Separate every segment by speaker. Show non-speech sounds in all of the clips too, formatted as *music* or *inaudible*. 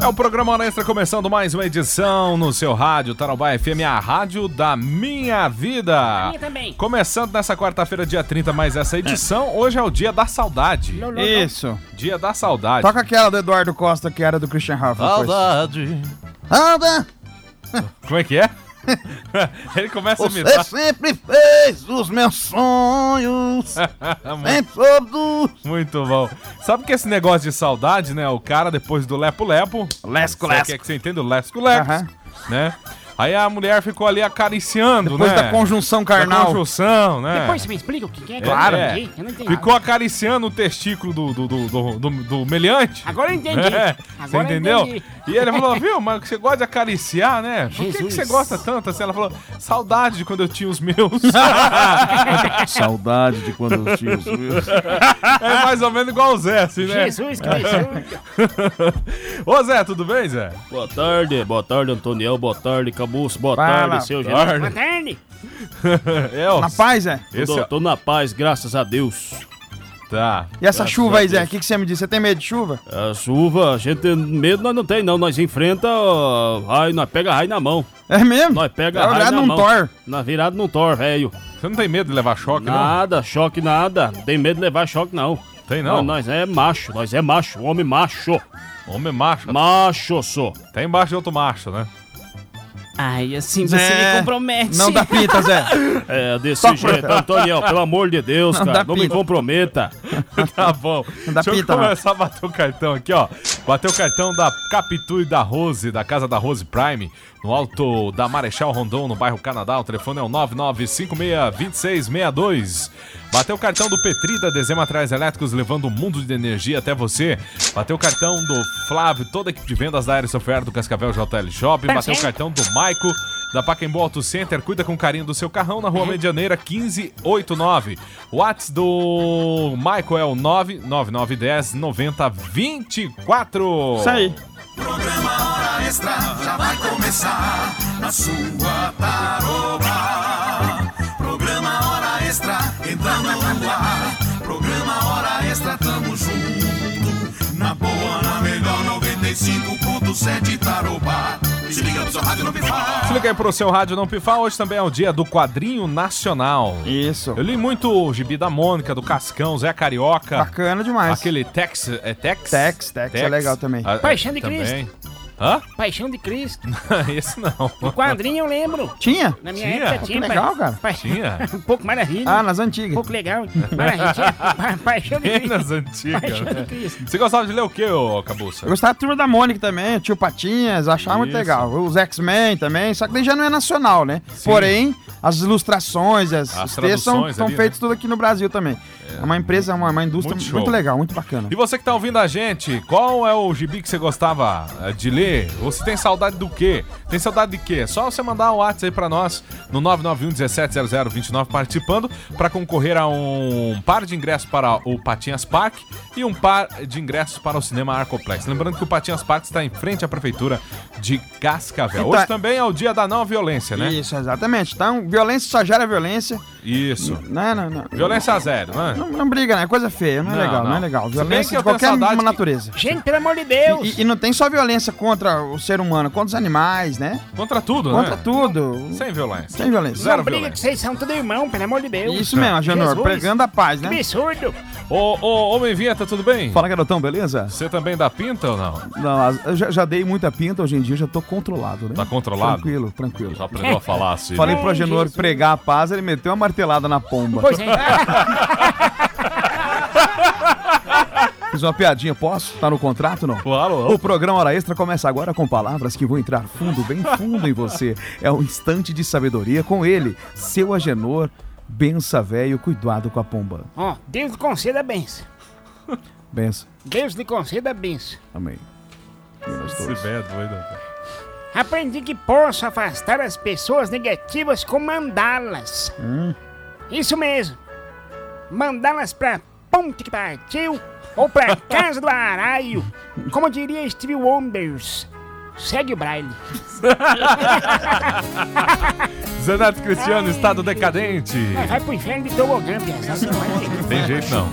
Speaker 1: É o programa Hora Extra começando mais uma edição no seu rádio Tarobá FM, a rádio da minha vida.
Speaker 2: minha também.
Speaker 1: Começando nessa quarta-feira, dia 30, mais essa edição. Hoje é o dia da saudade.
Speaker 3: Isso.
Speaker 1: Dia da saudade.
Speaker 3: Toca aquela do Eduardo Costa que era do Christian Rafa.
Speaker 4: Saudade.
Speaker 3: Anda,
Speaker 1: Como é *laughs* que é? Ele começa a
Speaker 3: você
Speaker 1: imitar. *laughs*
Speaker 3: sempre fez os meus sonhos.
Speaker 1: É.
Speaker 3: sempre soube do...
Speaker 1: Muito bom. Sabe que esse negócio de saudade, né? O cara depois do lepo-lepo.
Speaker 3: Lesco,
Speaker 1: Você
Speaker 3: lesco.
Speaker 1: quer que você entenda o lesco-lesco,
Speaker 3: Aham.
Speaker 1: né? Aí a mulher ficou ali acariciando,
Speaker 3: Depois
Speaker 1: né?
Speaker 3: da conjunção
Speaker 1: Da
Speaker 3: carnal.
Speaker 1: conjunção, né?
Speaker 2: Depois você me explica o que é. que
Speaker 1: Claro.
Speaker 2: Eu não entendi, eu não entendi.
Speaker 1: Ficou acariciando o testículo do, do, do, do, do- do meliante.
Speaker 2: Agora eu entendi.
Speaker 1: É, você
Speaker 2: Agora eu
Speaker 1: entendeu?
Speaker 2: entendi.
Speaker 1: E ele falou, viu, mas você gosta de acariciar, né? Por que, que
Speaker 2: Jesus.
Speaker 1: você gosta tanto? Assim, ela falou, saudade de quando eu tinha os meus.
Speaker 4: *laughs* Saudade de quando eu tinha os meus.
Speaker 1: é mais ou menos igual o Zé, assim, né?
Speaker 2: Ah, Jesus
Speaker 3: É.
Speaker 2: Cristo.
Speaker 1: Ô Zé, tudo bem, Zé?
Speaker 4: Boa tarde, boa tarde, Antoniel, boa tarde, Cabuço, boa
Speaker 3: Fala.
Speaker 4: tarde, seu
Speaker 1: Boa
Speaker 4: Geraldo.
Speaker 2: Boa
Speaker 1: tarde.
Speaker 2: tarde.
Speaker 1: É, ó,
Speaker 3: Na paz, Zé.
Speaker 1: esse, é-
Speaker 4: Tô,
Speaker 1: ó,
Speaker 4: tô na paz, graças a Deus.
Speaker 1: tá.
Speaker 3: E essa
Speaker 4: Graças
Speaker 3: chuva
Speaker 4: a
Speaker 3: aí, Zé? O
Speaker 4: Deus.
Speaker 3: que, que você me disse? Você tem medo de chuva?
Speaker 4: A chuva, a gente, medo nós não tem não, nós enfrenta, ó, raio, nós pega raio na mão.
Speaker 3: É mesmo?
Speaker 4: Nós pega
Speaker 3: Tá
Speaker 4: raio
Speaker 3: olhado
Speaker 4: na
Speaker 3: num
Speaker 4: mão.
Speaker 3: tor.
Speaker 4: *laughs* Na virada num tor, velho.
Speaker 1: Você não tem medo de levar choque,
Speaker 4: Nada, choque nada, não tem medo de levar choque não.
Speaker 1: não? Tem não.
Speaker 4: Nós é macho, nós é macho, homem macho,
Speaker 1: Homem macho.
Speaker 4: macho só.
Speaker 1: Tá embaixo de outro macho, né?
Speaker 2: Ai, assim
Speaker 3: você
Speaker 2: você
Speaker 3: me
Speaker 2: me compromete.
Speaker 3: Né? Não dá pinta, Zé.
Speaker 4: É, desse
Speaker 3: Só
Speaker 4: jeito, Antoniel, pelo amor de Deus,
Speaker 3: Não dá
Speaker 4: cara, não me
Speaker 3: pinta.
Speaker 4: comprometa.
Speaker 1: *laughs* Tá bom.
Speaker 3: Não dá
Speaker 1: Deixa
Speaker 3: pinta,
Speaker 1: eu
Speaker 3: não.
Speaker 1: começar a bater o cartão aqui, ó. Bateu o cartão da Capitu e da Rose, da casa da Rose Prime, no alto da Marechal Rondon, no bairro Canadá. O telefone é o 99562662. Bateu o cartão do Petri da Desenho Materiais Elétricos, levando o mundo de energia até você. Bateu o cartão do Flávio, toda a equipe de vendas da Aerosofer do Cascavel JL Shopping. Bateu o cartão do Maico da Pacaembu Auto Center. Cuida com carinho do seu carrão na Rua Medianeira 1589. Whats do Michael é o 99910 9024.
Speaker 3: Isso aí.
Speaker 5: Na boa, na melhor, 95.7 Tarobá. Se liga no seu rádio, não me fala.
Speaker 1: Se liga aí pro seu rádio não pifar. Hoje também é o dia do quadrinho nacional.
Speaker 3: Isso.
Speaker 1: Eu li muito o Gibi da Mônica, do Cascão, Zé Carioca.
Speaker 3: Bacana demais.
Speaker 1: Aquele Tex. É Tex?
Speaker 3: Tex, Tex, é legal também.
Speaker 1: Ah,
Speaker 2: Paixão de
Speaker 1: também. Hã? *laughs*
Speaker 2: Paixão de Cristo.
Speaker 1: Esse não.
Speaker 2: O quadrinho eu lembro.
Speaker 3: Tinha?
Speaker 2: Na minha
Speaker 1: Tinha?
Speaker 2: época
Speaker 1: Pô,
Speaker 2: tinha.
Speaker 3: que legal,
Speaker 2: pa-
Speaker 3: cara.
Speaker 2: pa-
Speaker 1: Tinha?
Speaker 2: *laughs* Um pouco maravilha.
Speaker 3: Ah, nas
Speaker 2: Um
Speaker 3: antigas.
Speaker 2: pouco legal. Maravilha. tinha pa- Paixão de
Speaker 1: Bem
Speaker 2: Cristo.
Speaker 1: nas antigas.
Speaker 2: Paixão
Speaker 1: né?
Speaker 2: de Cristo.
Speaker 1: Você gostava de ler o que, ô Cabuça?
Speaker 3: Eu gostava da turma da Mônica também, o tio Patinhas, achava muito
Speaker 1: Isso.
Speaker 3: legal. Os X-Men também, só que daí já não é nacional, né? Porém, as ilustrações, as,
Speaker 1: As
Speaker 3: os textos são,
Speaker 1: traduções
Speaker 3: são
Speaker 1: ali, né?
Speaker 3: feitos tudo aqui no Brasil também. É, uma empresa, uma, uma indústria
Speaker 1: Muito
Speaker 3: muito,
Speaker 1: show.
Speaker 3: legal, muito bacana.
Speaker 1: E você que tá ouvindo a gente, qual é o gibi que você gostava eh, de ler? Você tem saudade do quê? Tem saudade de quê? É só você mandar um WhatsApp aí pra nós no 991-170029 participando pra concorrer a um par de ingressos para o Patinhas Park e um par de ingressos para o Cinema Arcoplex. Lembrando que o Patinhas Park está em frente à Prefeitura de Cascavel.
Speaker 3: Então-
Speaker 1: Hoje também é o dia da não violência, né?
Speaker 3: Isso, exatamente. Então, violência só gera violência.
Speaker 1: Isso.
Speaker 3: Não, não, não.
Speaker 1: Violência a zero, né?
Speaker 3: Não, não briga, né? É coisa feia, não é
Speaker 1: Não,
Speaker 3: legal, não.
Speaker 1: não.
Speaker 3: é legal.
Speaker 1: Se bem que
Speaker 3: Violência
Speaker 1: eu
Speaker 3: de qualquer
Speaker 1: tenho saudade que-
Speaker 3: natureza.
Speaker 2: Gente, pelo amor de Deus.
Speaker 3: E, e não tem só violência contra o ser humano, contra os animais, né?
Speaker 1: Contra tudo,
Speaker 3: Contra
Speaker 1: né?
Speaker 3: tudo.
Speaker 1: Sem violência.
Speaker 3: Sem violência.
Speaker 1: Zero
Speaker 2: não briga que
Speaker 1: violência.
Speaker 2: vocês são tudo irmão, pelo amor de Deus.
Speaker 3: Isso mesmo, Agenor,
Speaker 2: Jesus.
Speaker 3: pregando a paz,
Speaker 2: Que
Speaker 3: né?
Speaker 2: absurdo.
Speaker 1: Ô, ô, homem vinheta, tudo bem?
Speaker 3: Fala, garotão, beleza?
Speaker 1: Você também dá pinta ou não?
Speaker 3: Não, as- eu já, já dei muita pinta, hoje em dia eu já tô controlado, né?
Speaker 1: Tá controlado?
Speaker 3: Tranquilo, tranquilo.
Speaker 1: Só
Speaker 2: *laughs*
Speaker 1: aprendeu a falar assim.
Speaker 3: Falei
Speaker 1: né?
Speaker 3: pro Agenor
Speaker 2: Jesus.
Speaker 3: pregar a paz, ele meteu uma martelada na pomba.
Speaker 2: Pois é.
Speaker 3: Fiz uma piadinha, posso? Tá no contrato, não?
Speaker 1: Claro.
Speaker 3: O programa Hora Extra começa agora com palavras que vão entrar fundo, bem fundo em você. É um instante de sabedoria com ele, seu Agenor, bença velho, cuidado com a pomba.
Speaker 2: Ó, Deus lhe conceda a benção.
Speaker 3: Bença.
Speaker 2: Deus lhe conceda a benção.
Speaker 3: Amém. E nós
Speaker 1: Esse
Speaker 3: todos.
Speaker 1: velho é doido.
Speaker 2: Aprendi que posso afastar as pessoas negativas com mandá-las.
Speaker 1: Hum?
Speaker 2: Isso mesmo. Mandá-las pra ponte que partiu ou pra casa do arraio. Como diria Steve Wonders. Segue o braille.
Speaker 1: Zenato Cristiano, estado decadente.
Speaker 2: Mas vai pro inferno de tobogã, piazada.
Speaker 1: Tem jeito não.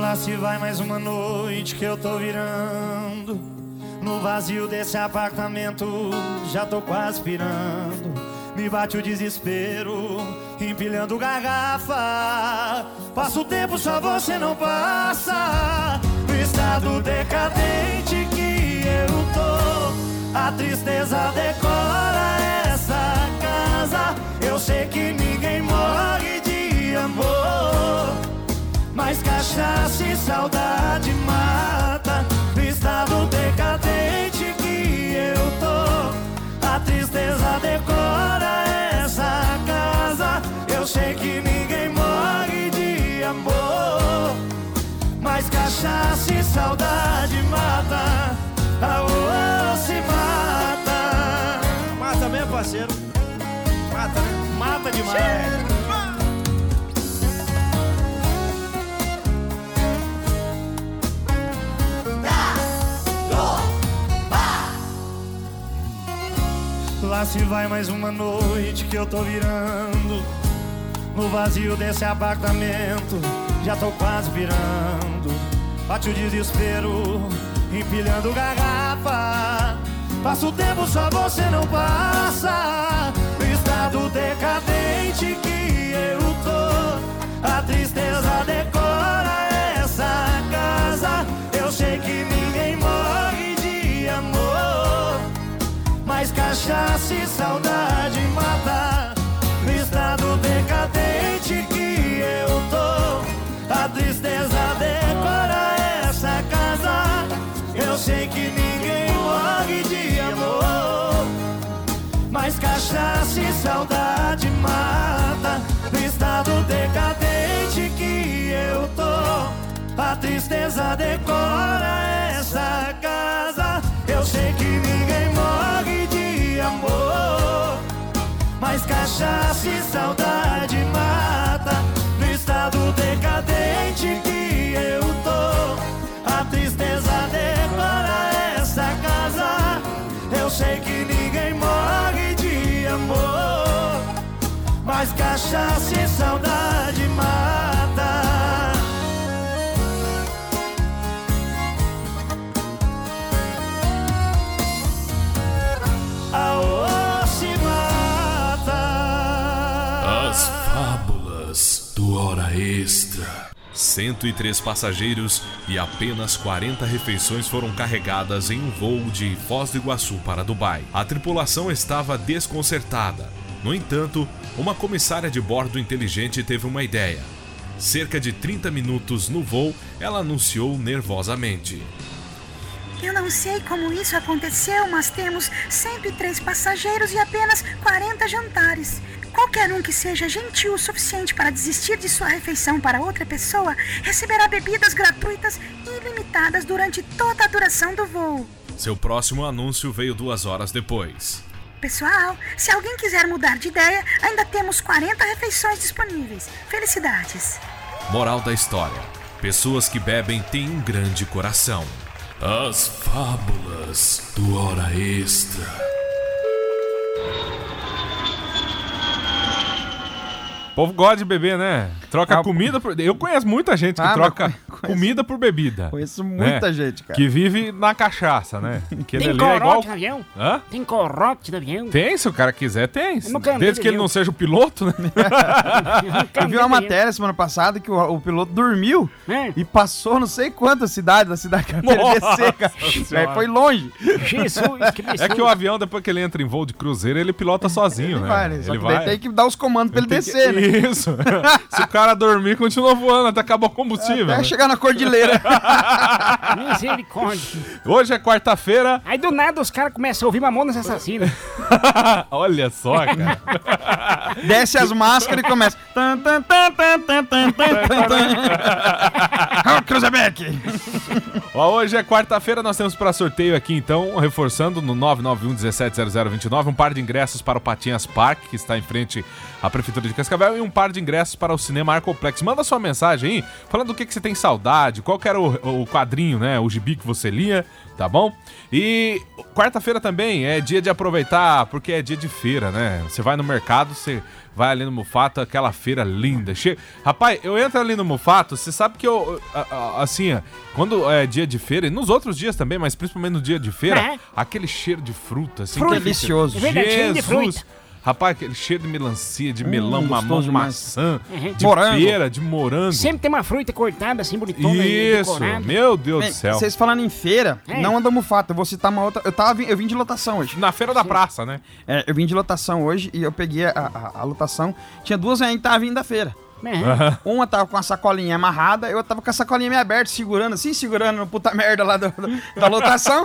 Speaker 6: Lá se vai mais uma noite que eu tô virando. No vazio desse apartamento, já tô quase pirando. Me bate o desespero, empilhando garrafa. Passa o tempo, só você não passa. No estado decadente que eu tô, a tristeza decora essa casa. Eu sei que ninguém morre de amor. Mas cachaça e saudade mata O estado decadente que eu tô A tristeza decora essa casa Eu sei que ninguém morre de amor Mas cachaça e saudade mata A rua se mata Mata mesmo, parceiro Mata, né? Mata demais Lá se vai mais uma noite que eu tô virando No vazio desse apartamento Já tô quase virando Bate o desespero Empilhando garrafa Passa o tempo, só você não passa No estado decadente que eu tô A tristeza decora essa casa Eu sei que ninguém morre de amor mas cachaça e saudade mata No estado decadente que eu tô A tristeza decora essa casa Eu sei que ninguém morre de amor Mas cachaça e saudade mata No estado decadente que eu tô A tristeza decora essa casa Eu sei que ninguém morre de amor Mas cachaça e saudade mata No estado decadente que eu tô A tristeza decora essa casa Eu sei que ninguém morre de amor Mas cachaça e saudade mata A se mata
Speaker 5: As fábulas do Hora Extra.
Speaker 1: 103 passageiros e apenas 40 refeições foram carregadas em um voo de Foz do Iguaçu para Dubai. A tripulação estava desconcertada. No entanto, uma comissária de bordo inteligente teve uma ideia. Cerca de 30 minutos no voo, ela anunciou nervosamente.
Speaker 7: Eu não sei como isso aconteceu, mas temos 103 passageiros e apenas 40 jantares. Qualquer um que seja gentil o suficiente para desistir de sua refeição para outra pessoa receberá bebidas gratuitas ilimitadas durante toda a duração do voo.
Speaker 1: Seu próximo anúncio veio duas horas depois.
Speaker 7: Pessoal, se alguém quiser mudar de ideia, ainda temos 40 refeições disponíveis. Felicidades!
Speaker 1: Moral da história: pessoas que bebem têm um grande coração.
Speaker 5: As fábulas do Hora Extra.
Speaker 1: O povo gosta de beber, né? Troca
Speaker 3: Ah,
Speaker 1: comida por. Eu conheço muita gente que
Speaker 3: Ah, mas
Speaker 1: troca
Speaker 3: conhe- conheço-
Speaker 1: comida por bebida.
Speaker 3: Conheço muita
Speaker 1: né?
Speaker 3: gente, cara.
Speaker 1: Que vive na cachaça,
Speaker 3: *laughs*
Speaker 1: né? Que
Speaker 2: Tem
Speaker 1: ele é igual.
Speaker 2: corote no avião?
Speaker 1: Hã?
Speaker 2: Tem corote no avião?
Speaker 1: *laughs* Tem, se o cara quiser, tem.
Speaker 2: nunca andei
Speaker 1: Desde
Speaker 2: de
Speaker 1: que ele
Speaker 2: avião.
Speaker 1: não seja o piloto, né?
Speaker 3: Eu vi uma matéria semana passada que o, o piloto dormiu
Speaker 2: É.
Speaker 3: e passou não sei quantas cidades da cidade *laughs* que era pra ele
Speaker 1: Nossa
Speaker 3: descer, cara.
Speaker 1: Senhora.
Speaker 3: Aí É, foi longe.
Speaker 1: *laughs*
Speaker 2: Jesus, que
Speaker 1: É
Speaker 2: absurdo.
Speaker 1: que o avião, depois que ele entra em voo de cruzeiro, ele pilota sozinho, né?
Speaker 3: Vai, né? Só que daí tem que dar os comandos pra ele,
Speaker 1: tem que-
Speaker 3: descer, né? *laughs*
Speaker 1: Isso. se o cara dormir, continua voando até acabar o combustível.
Speaker 3: Até
Speaker 1: né?
Speaker 3: chegar
Speaker 1: *laughs*
Speaker 3: na cordilheira.
Speaker 2: Misericórdia.
Speaker 1: Hoje é quarta-feira.
Speaker 2: Aí do nada os caras começam a ouvir
Speaker 1: *laughs*
Speaker 2: Mamonas Assassinas.
Speaker 1: Olha só,
Speaker 3: *laughs*
Speaker 1: cara.
Speaker 3: Desce as máscaras e começa. Tan, tan, tan, tan, tan, tan, tan, tan,
Speaker 1: *laughs*
Speaker 3: tan. Ah, Cruzebeck!
Speaker 1: Ó, hoje é quarta-feira, nós temos para sorteio aqui, então, reforçando no 991-170029, um par de ingressos para o Patinhas Park, que está em frente à Prefeitura de Cascavel, e um par de ingressos para o Cinema Arcoplex. Manda sua mensagem aí, falando do que, que você tem saudade, qual que era o, o quadrinho, né? O gibi que você lia, tá bom? E quarta-feira também é dia de aproveitar, porque é dia de feira, né? Você vai no mercado, você vai ali no Mufato, aquela feira linda. Che... Rapaz, eu entro ali no Mufato, você sabe que eu. a- a- Assim, ó, quando é dia de feira, e nos outros dias também, mas principalmente no dia de feira,
Speaker 2: É.
Speaker 1: aquele cheiro de fruta, assim,
Speaker 2: Fruta.
Speaker 1: que fica-
Speaker 8: Delicioso.
Speaker 2: É verdade, cheiro de
Speaker 1: Jesus!
Speaker 2: fruta.
Speaker 1: Rapaz, aquele cheiro de melancia, de melão, mamão,
Speaker 8: Hum, gostoso demais.
Speaker 1: maçã,
Speaker 2: Uhum.
Speaker 1: de
Speaker 8: Morango.
Speaker 1: pera, de morango.
Speaker 2: Sempre tem uma fruta cortada assim, bonitona. e
Speaker 1: Isso,
Speaker 2: decorada.
Speaker 1: meu Deus
Speaker 3: Bem,
Speaker 1: do céu.
Speaker 3: Vocês falando em feira,
Speaker 2: É.
Speaker 3: não andamos fato. Eu vou citar uma outra. Eu, tava, eu vim de lotação hoje.
Speaker 1: Na feira da praça, né?
Speaker 3: É, eu vim de lotação hoje e eu peguei a, a, a lotação. Tinha duas aí que tava vindo da feira.
Speaker 2: É.
Speaker 3: Uma tava com a sacolinha amarrada, eu tava com a sacolinha meio aberta, segurando assim, segurando no puta merda lá do- do- da lotação.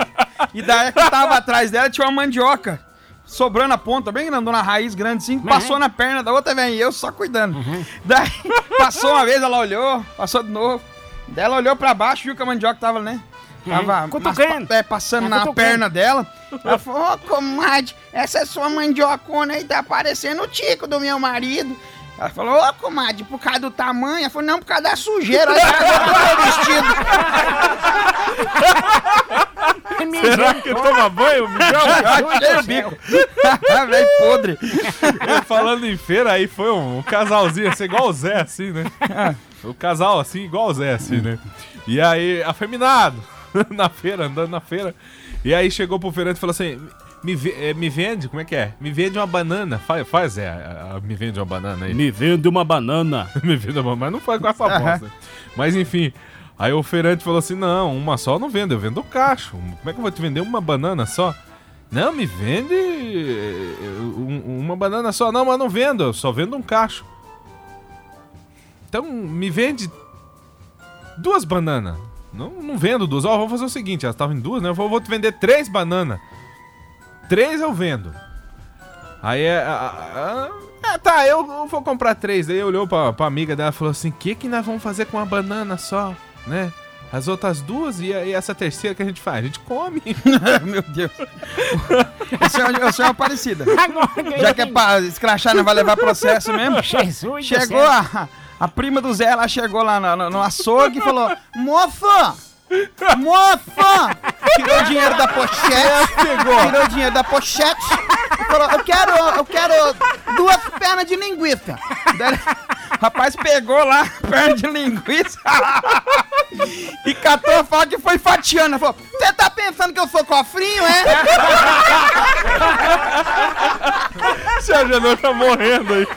Speaker 3: e daí que tava atrás dela tinha uma mandioca. Sobrando a ponta, bem grandona, a raiz grande assim, passou na perna da outra, velho, e eu só cuidando. Daí, *laughs* passou uma vez, ela olhou, passou de novo. Daí ela olhou pra baixo, viu que a mandioca tava, né? Tava
Speaker 2: Cutucando.
Speaker 3: mas pa- é, passando
Speaker 2: É,
Speaker 3: na
Speaker 2: cutucando.
Speaker 3: perna dela. Ela falou, ô comadre, essa é sua mandiocona aí, tá parecendo o tico do meu marido. Ela falou, ô comadre, por causa do tamanho? Ela falou, não, por causa da sujeira. Olha que agora tá meu vestido.
Speaker 1: Será *laughs* que toma banho, mijão?
Speaker 3: Eu achei é o *laughs* bico. Velho É podre.
Speaker 1: Eu *laughs* Falando em feira, aí foi um, um casalzinho, assim, igual o Zé, assim, né? O casal, assim, igual o Zé, assim, né? E aí, afeminado, *laughs* na feira, andando na feira. E aí chegou pro feirante e falou assim... Me, ve- eh, me vende, como é que é? Me vende uma banana. Faz, faz Zé, a- a- me vende uma banana aí.
Speaker 4: Me vende uma banana.
Speaker 1: *laughs* me venda uma, mas não foi com essa bosta. Mas enfim, aí o feirante falou assim: não, uma só eu não vendo, eu vendo o cacho. Como é que eu vou te vender uma banana só? Não, me vende eh, um- uma banana só. Não, mas não vendo, eu só vendo um cacho. Então, me vende duas bananas. Não, não vendo duas. Ó, vamos fazer o seguinte: elas estavam em duas, né? Eu vou, vou te vender três bananas. Três eu vendo. Aí é. a- a- Ah, tá, eu, eu vou comprar três. Daí olhou pra, pra amiga dela e falou assim: que que nós vamos fazer com uma banana só, né? As outras duas e, a- e essa terceira que a gente faz? A gente come. *laughs*
Speaker 3: Meu Deus. é Eu sou, eu sou uma parecida.
Speaker 2: Agora,
Speaker 3: Já que é pra escrachar, não vai levar processo mesmo.
Speaker 2: Jesus do
Speaker 3: Chegou
Speaker 2: céu.
Speaker 3: a, a prima do Zé, ela chegou lá no, no, no açougue e falou: Moça! Moça! Tirou o dinheiro da pochete. Tirou o dinheiro da pochete. e Falou: Eu quero, eu quero duas pernas de linguiça. Daí, o rapaz pegou lá a perna de linguiça *laughs* e catou a faca e foi fatiando. Ela Falou: Você tá pensando que eu sou cofrinho, é?
Speaker 1: Seu Janor tá morrendo aí. *laughs*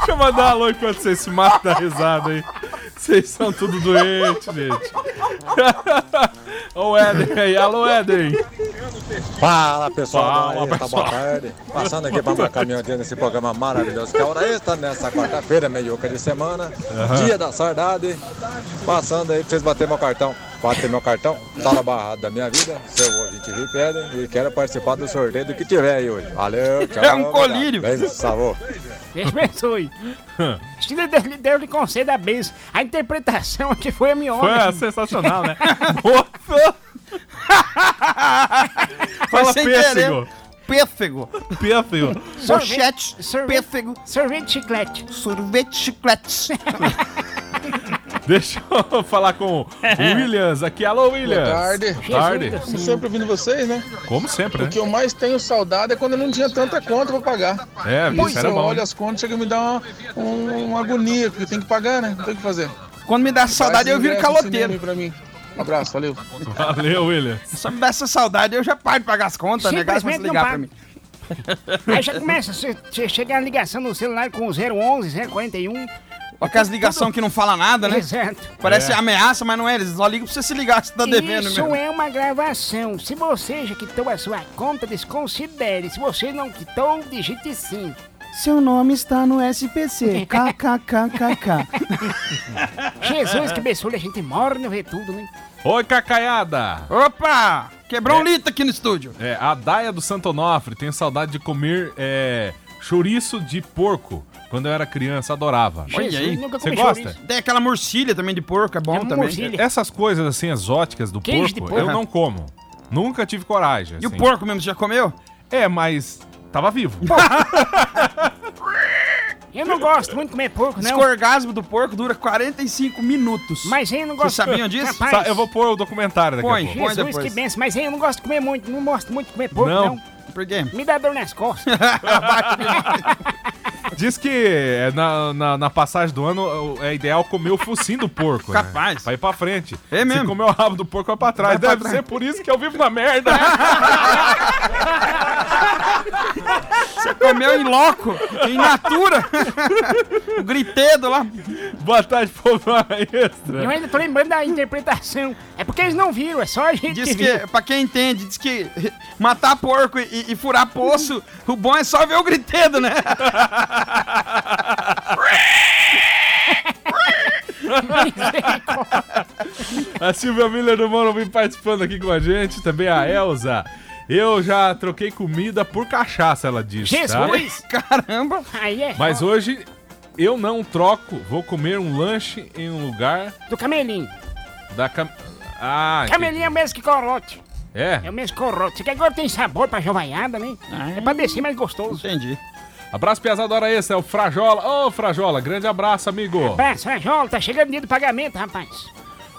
Speaker 1: Deixa eu mandar um alô enquanto vocês se matam da risada aí. Vocês são tudo doentes, gente. *laughs* Ô, Éden aí. Alô, Éden.
Speaker 9: Fala pessoal,
Speaker 1: Fala,
Speaker 9: Fala,
Speaker 1: pessoal.
Speaker 9: boa tarde. Passando aqui para marcar minha audiência nesse programa maravilhoso que é a hora extra nessa quarta-feira, meioca de semana, dia da saudade. Passando aí pra vocês baterem meu cartão. Bater meu cartão, tá na barra da minha vida, seu ouvinte VIP Eden, e quero participar do sorteio do que tiver aí hoje. Valeu,
Speaker 3: *laughs*
Speaker 9: tchau.
Speaker 3: É um colírio.
Speaker 9: Bem, salvou.
Speaker 2: Deus
Speaker 3: *laughs*
Speaker 2: abençoe. Se Deus, lhe- Deus lhe conceda a bênção. A interpretação que foi a minha
Speaker 1: Foi
Speaker 2: honra.
Speaker 1: sensacional, né? Nossa! *laughs* Fala
Speaker 3: sem querer.
Speaker 1: pêssego.
Speaker 3: Pêssego.
Speaker 1: Pêssego.
Speaker 3: Pochete.
Speaker 2: sorvete,
Speaker 3: Pêssego.
Speaker 2: sorvete de chiclete.
Speaker 3: Sorvete chiclete. *laughs*
Speaker 1: Deixa eu *laughs* falar com o Williams aqui. Alô, Williams.
Speaker 10: Boa tarde.
Speaker 1: Tarde.
Speaker 10: Tô sempre ouvindo vocês, né?
Speaker 1: Como sempre,
Speaker 10: O
Speaker 1: né?
Speaker 10: que eu mais tenho saudade é quando eu não tinha tanta conta pra pagar.
Speaker 1: É, isso era
Speaker 10: eu
Speaker 1: bom.
Speaker 10: olho as contas, chega a me dar uma, um- uma agonia, porque tem que pagar, né? Não tem o que fazer. um
Speaker 3: Quando me dá essa saudade, eu viro
Speaker 10: Ingresso
Speaker 9: assim
Speaker 10: de cinema
Speaker 3: caloteiro.
Speaker 10: aí Pra mim. Um abraço, valeu.
Speaker 1: Valeu, Williams.
Speaker 3: Só me dá essa saudade, eu já paro de pagar as contas, né? Gás pra
Speaker 2: Simplesmente não
Speaker 3: ligar
Speaker 2: pago.
Speaker 3: pra mim.
Speaker 2: Aí já começa a se- se chegar a ligação no celular com o 011, 041.
Speaker 3: Aquelas ligações que não fala nada, né?
Speaker 2: Exato.
Speaker 3: Parece ameaça, mas não é. Eles só ligam pra você se ligar se tá devendo
Speaker 2: Isso
Speaker 3: mesmo.
Speaker 2: é uma gravação. Se você já quitou a sua conta, desconsidere. Se você não quitou, digite
Speaker 3: *laughs*
Speaker 2: sim.
Speaker 3: Seu nome está no SPC. KKKKK.
Speaker 2: Jesus, que abençoe, a gente morre vê tudo, né?
Speaker 1: Oi, Cacaiada.
Speaker 3: *laughs* Opa! Quebrou um litro aqui no estúdio.
Speaker 1: É, a Daia do Santo Onofre tem saudade de comer é, chouriço de porco. Quando eu era criança, adorava.
Speaker 3: Olha aí.
Speaker 2: nunca
Speaker 1: Você
Speaker 2: comi
Speaker 1: gosta?
Speaker 2: chouriço.
Speaker 3: Tem aquela morcilha também de porco, é bom
Speaker 2: É uma
Speaker 3: também.
Speaker 2: morcilha.
Speaker 1: Essas coisas assim exóticas do porco,
Speaker 2: Queijo de
Speaker 1: eu
Speaker 3: porco.
Speaker 1: não como. Nunca tive coragem.
Speaker 3: E o
Speaker 1: assim.
Speaker 3: porco mesmo, você já comeu?
Speaker 1: É, mas tava vivo.
Speaker 2: Eu não gosto muito de comer porco,
Speaker 9: Esse
Speaker 2: não.
Speaker 9: orgasmo do porco dura 45 minutos.
Speaker 2: Mas eu não
Speaker 9: Vocês
Speaker 2: gosto.
Speaker 9: sabiam disso?
Speaker 2: Rapaz,
Speaker 1: Sa- Eu vou pôr o documentário daqui
Speaker 9: Põe.
Speaker 1: a pouco.
Speaker 9: Põe
Speaker 2: Jesus, que
Speaker 9: depois.
Speaker 2: benção. Mas eu não gosto de comer muito. Não gosto muito de comer porco,
Speaker 1: Não.
Speaker 2: não.
Speaker 9: Por quê?
Speaker 2: Me dá dor nas costas.
Speaker 1: Diz que é, na, na, na passagem do ano é ideal comer o focinho do porco. né?
Speaker 9: Capaz.
Speaker 1: Vai pra frente.
Speaker 9: É
Speaker 1: Se
Speaker 9: mesmo.
Speaker 1: comer o rabo do porco, vai pra trás. Deve ser por isso que eu vivo na merda.
Speaker 9: Comeu É em loco, em natura. *laughs* o gritedo lá.
Speaker 1: Boa tarde, povo extra.
Speaker 2: eu ainda tô lembrando da interpretação. É porque eles não viram, é só a gente
Speaker 9: Diz
Speaker 2: viu.
Speaker 9: que, pra quem entende, diz que matar porco e, e furar poço, o bom é só ver o gritedo, né?
Speaker 1: A Silvia Miller do Mano vem participando aqui com a gente, também a Elza. Eu já troquei comida por cachaça, ela disse. tá?
Speaker 2: Jesus!
Speaker 9: Caramba.
Speaker 2: Aí é
Speaker 1: Mas hoje eu não troco, vou comer um lanche em um lugar
Speaker 2: do camelinho.
Speaker 1: da cam... Ah, entendi.
Speaker 2: Camelinho é o mesmo que corote.
Speaker 1: é.
Speaker 2: É o mesmo corote. Que agora tem sabor pra jovaiada, né? É pra descer mais gostoso.
Speaker 9: *laughs* Entendi.
Speaker 1: Abraço pesado, hora extra, é o Frajola. Ô, Frajola, grande abraço, amigo.
Speaker 2: Abraço, Rajola, tá chegando o dia do pagamento, rapaz.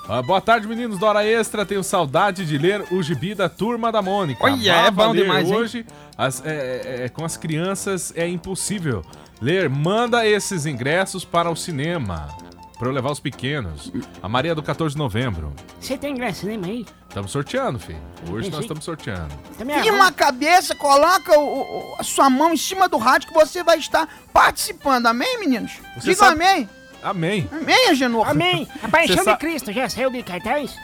Speaker 1: Ah, boa tarde, meninos da Hora Extra. Tenho saudade de ler o gibi da Turma da Mônica.
Speaker 9: Olha,
Speaker 1: Vá
Speaker 9: é bom
Speaker 1: valer
Speaker 9: demais, hein?
Speaker 1: Hoje, as- é- é- é- com as crianças, é impossível ler. Manda esses ingressos para o cinema, para eu levar os pequenos. A Maria do 14 de novembro.
Speaker 2: Você tem ingresso cinema aí?
Speaker 1: Estamos sorteando, filho. Hoje nós
Speaker 2: Sim.
Speaker 1: estamos sorteando.
Speaker 2: Também
Speaker 9: Vira uma cabeça, coloca o- o- a sua mão em cima do rádio que você vai estar participando. Amém, meninos?
Speaker 1: Você
Speaker 9: Diga
Speaker 1: sabe-
Speaker 9: amém.
Speaker 1: Amém.
Speaker 9: Amém, Agenor.
Speaker 2: Amém! A paixão
Speaker 1: Cê sa-
Speaker 2: de Cristo já saiu de cartaz?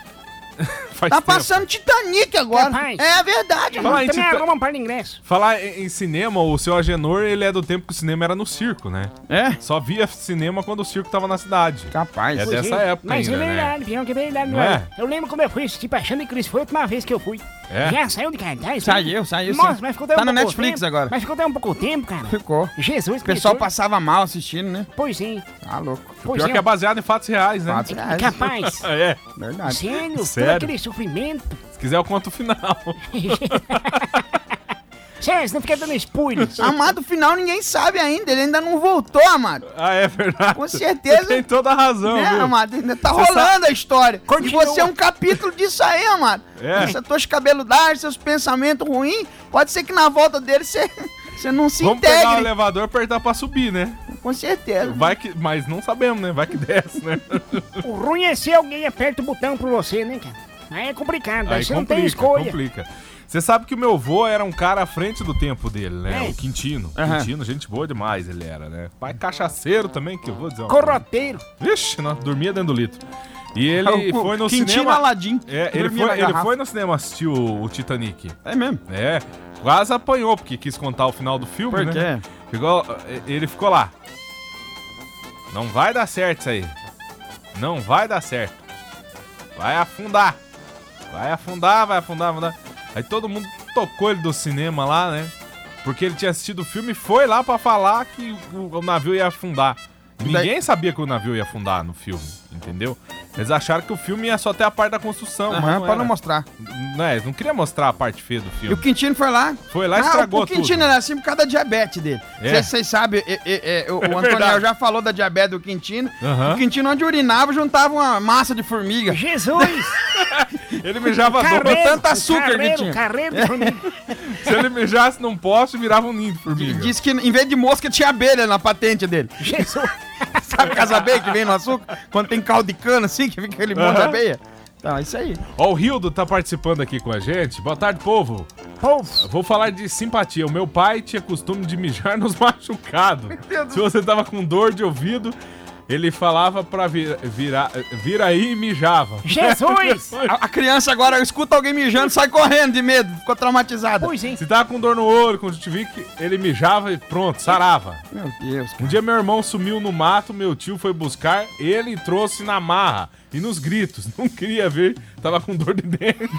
Speaker 1: Faz
Speaker 9: Tá
Speaker 1: tempo.
Speaker 9: passando Titanic agora.
Speaker 2: Capaz.
Speaker 9: É verdade, mano.
Speaker 1: Fala aí, tipo,
Speaker 2: Também
Speaker 1: Tita-
Speaker 2: arruma um par de ingresso.
Speaker 1: Falar em em cinema, o seu Agenor, ele é do tempo que o cinema era no circo, né?
Speaker 9: É?
Speaker 1: Só via cinema quando o circo tava na cidade.
Speaker 9: Capaz.
Speaker 1: É dessa época
Speaker 2: Mas
Speaker 1: ainda, né?
Speaker 2: é verdade, pior que é verdade.
Speaker 1: Não
Speaker 2: mano.
Speaker 1: é?
Speaker 2: Eu lembro como eu fui assistir Paixão de Cristo, foi a última vez que eu fui.
Speaker 1: É?
Speaker 2: Já saiu de cartaz?
Speaker 9: Saiu, saiu,
Speaker 2: Nossa,
Speaker 9: sim.
Speaker 2: mas ficou até
Speaker 9: Tá
Speaker 2: um
Speaker 9: na
Speaker 2: pouco
Speaker 9: Netflix
Speaker 2: tempo,
Speaker 9: agora.
Speaker 2: Mas ficou até um pouco
Speaker 1: *laughs*
Speaker 2: tempo, cara.
Speaker 9: Ficou.
Speaker 2: Jesus
Speaker 9: O pessoal
Speaker 2: Cristo.
Speaker 9: passava mal assistindo, né?
Speaker 2: Pois sim,
Speaker 9: Tá louco.
Speaker 2: pois
Speaker 1: Pior que é baseado em fatos reais, né?
Speaker 9: Fatos
Speaker 1: *laughs*
Speaker 9: reais.
Speaker 2: Capaz.
Speaker 1: É.
Speaker 9: Verdade.
Speaker 2: Sério,
Speaker 1: Sério?
Speaker 2: todo aquele sofrimento.
Speaker 1: Se quiser, eu conto o final. *laughs*
Speaker 2: Sério, você não fica
Speaker 1: *laughs*
Speaker 2: dando spoiler.
Speaker 1: Ah,
Speaker 9: Amado, o final ninguém sabe ainda. Ele ainda não voltou, Amado.
Speaker 1: Ah, é verdade.
Speaker 9: Com certeza.
Speaker 1: Você tem toda a razão,
Speaker 9: Né,
Speaker 1: viu?
Speaker 9: Amado? Ainda tá
Speaker 1: Você
Speaker 9: rolando a história.
Speaker 2: Continua.
Speaker 9: E você é um capítulo disso aí, Amado.
Speaker 1: É.
Speaker 9: Essas tuas cabeludagens, seus pensamentos ruins. Pode ser que na volta dele você, *laughs* você não se
Speaker 1: Vamos pegar o
Speaker 9: integre.
Speaker 1: elevador e apertar pra subir, né?
Speaker 9: Com certeza.
Speaker 1: Vai que... Mas não sabemos, né? Vai que desce, né?
Speaker 2: O ruim é se alguém aperta o botão pra você, né, cara? Aí é complicado, aí,
Speaker 1: Aí
Speaker 2: você não tem escolha.
Speaker 1: complica. Você sabe que o meu avô era um cara à frente do tempo dele, né?
Speaker 2: É.
Speaker 1: O Quintino.
Speaker 9: Aham.
Speaker 1: Quintino, gente boa demais ele era, né? Pai cachaceiro também, que eu vou dizer. uma coisa.
Speaker 2: Corroteiro.
Speaker 1: Vixe, não, dormia dentro do litro. E ele
Speaker 9: *laughs* O- o
Speaker 1: foi no
Speaker 9: Quintino
Speaker 1: cinema...
Speaker 9: Aladim.
Speaker 1: É, ele
Speaker 9: Dormia na
Speaker 1: foi, ele
Speaker 9: garrafa.
Speaker 1: foi no cinema assistir o, o Titanic.
Speaker 9: É mesmo.
Speaker 1: É, quase apanhou porque quis contar o final do filme,
Speaker 9: Por
Speaker 1: né?
Speaker 9: quê?
Speaker 1: Ficou, ele ficou lá. Não vai dar certo isso aí. Não vai dar certo. Vai afundar. Vai afundar, vai afundar, vai afundar. Aí todo mundo tocou ele do cinema lá, né? Porque ele tinha assistido o filme e foi lá pra falar que o, o navio ia afundar. E
Speaker 9: daí-
Speaker 1: Ninguém sabia que o navio ia afundar no filme, entendeu? Eles acharam que o filme ia só até a parte da construção, mas
Speaker 9: Aham,
Speaker 1: não
Speaker 9: pra
Speaker 1: era.
Speaker 9: não mostrar.
Speaker 1: Não, é, eles não queriam mostrar a parte feia do
Speaker 9: E
Speaker 1: filme.
Speaker 9: o Quintino foi lá.
Speaker 1: Foi lá e
Speaker 9: Ah,
Speaker 1: estragou
Speaker 9: o, o Quintino
Speaker 1: tudo.
Speaker 9: era assim por causa da diabetes dele.
Speaker 1: É.
Speaker 9: Vocês vocês sabem, é,
Speaker 1: *laughs*
Speaker 9: é, é, o, o Antoniel
Speaker 1: verdade.
Speaker 9: já falou da diabetes do Quintino.
Speaker 1: Aham.
Speaker 9: O Quintino, onde urinava, juntava uma massa de formiga.
Speaker 2: Jesus!
Speaker 1: Ele mijava
Speaker 2: carreiro,
Speaker 1: dois.
Speaker 9: tanto açúcar que
Speaker 2: carreiro,
Speaker 9: tinha.
Speaker 2: Carreiro, formiga.
Speaker 1: Se ele mijasse num poste, virava um ninho de
Speaker 9: E
Speaker 1: formiga.
Speaker 9: disse que em vez de mosca tinha abelha na patente dele.
Speaker 2: Jesus!
Speaker 9: *laughs* Sabe casabelha que vem no açúcar? Quando tem caldo de cana assim, que fica aquele monte de
Speaker 1: Aham.
Speaker 9: abelha? Então, é isso aí.
Speaker 1: Ó, o Hildo tá participando aqui com a gente. Boa tarde, povo.
Speaker 2: Povo!
Speaker 1: Vou falar de simpatia. O meu pai tinha costume de mijar *laughs* nos machucados. Se você tava com dor de ouvido, ele falava pra vir, virar, vir aí e mijava.
Speaker 2: Jesus!
Speaker 1: *laughs*
Speaker 9: A, a criança agora escuta alguém mijando, sai correndo de medo, ficou traumatizada.
Speaker 2: Pois, hein?
Speaker 1: Se tava com dor no olho, com conjuntivite, ele mijava e pronto, sarava.
Speaker 9: Meu Deus.
Speaker 1: Um dia meu irmão sumiu no mato, meu tio foi buscar, ele trouxe na marra e nos gritos. Não queria ver, tava com dor de
Speaker 9: *laughs*
Speaker 1: dente.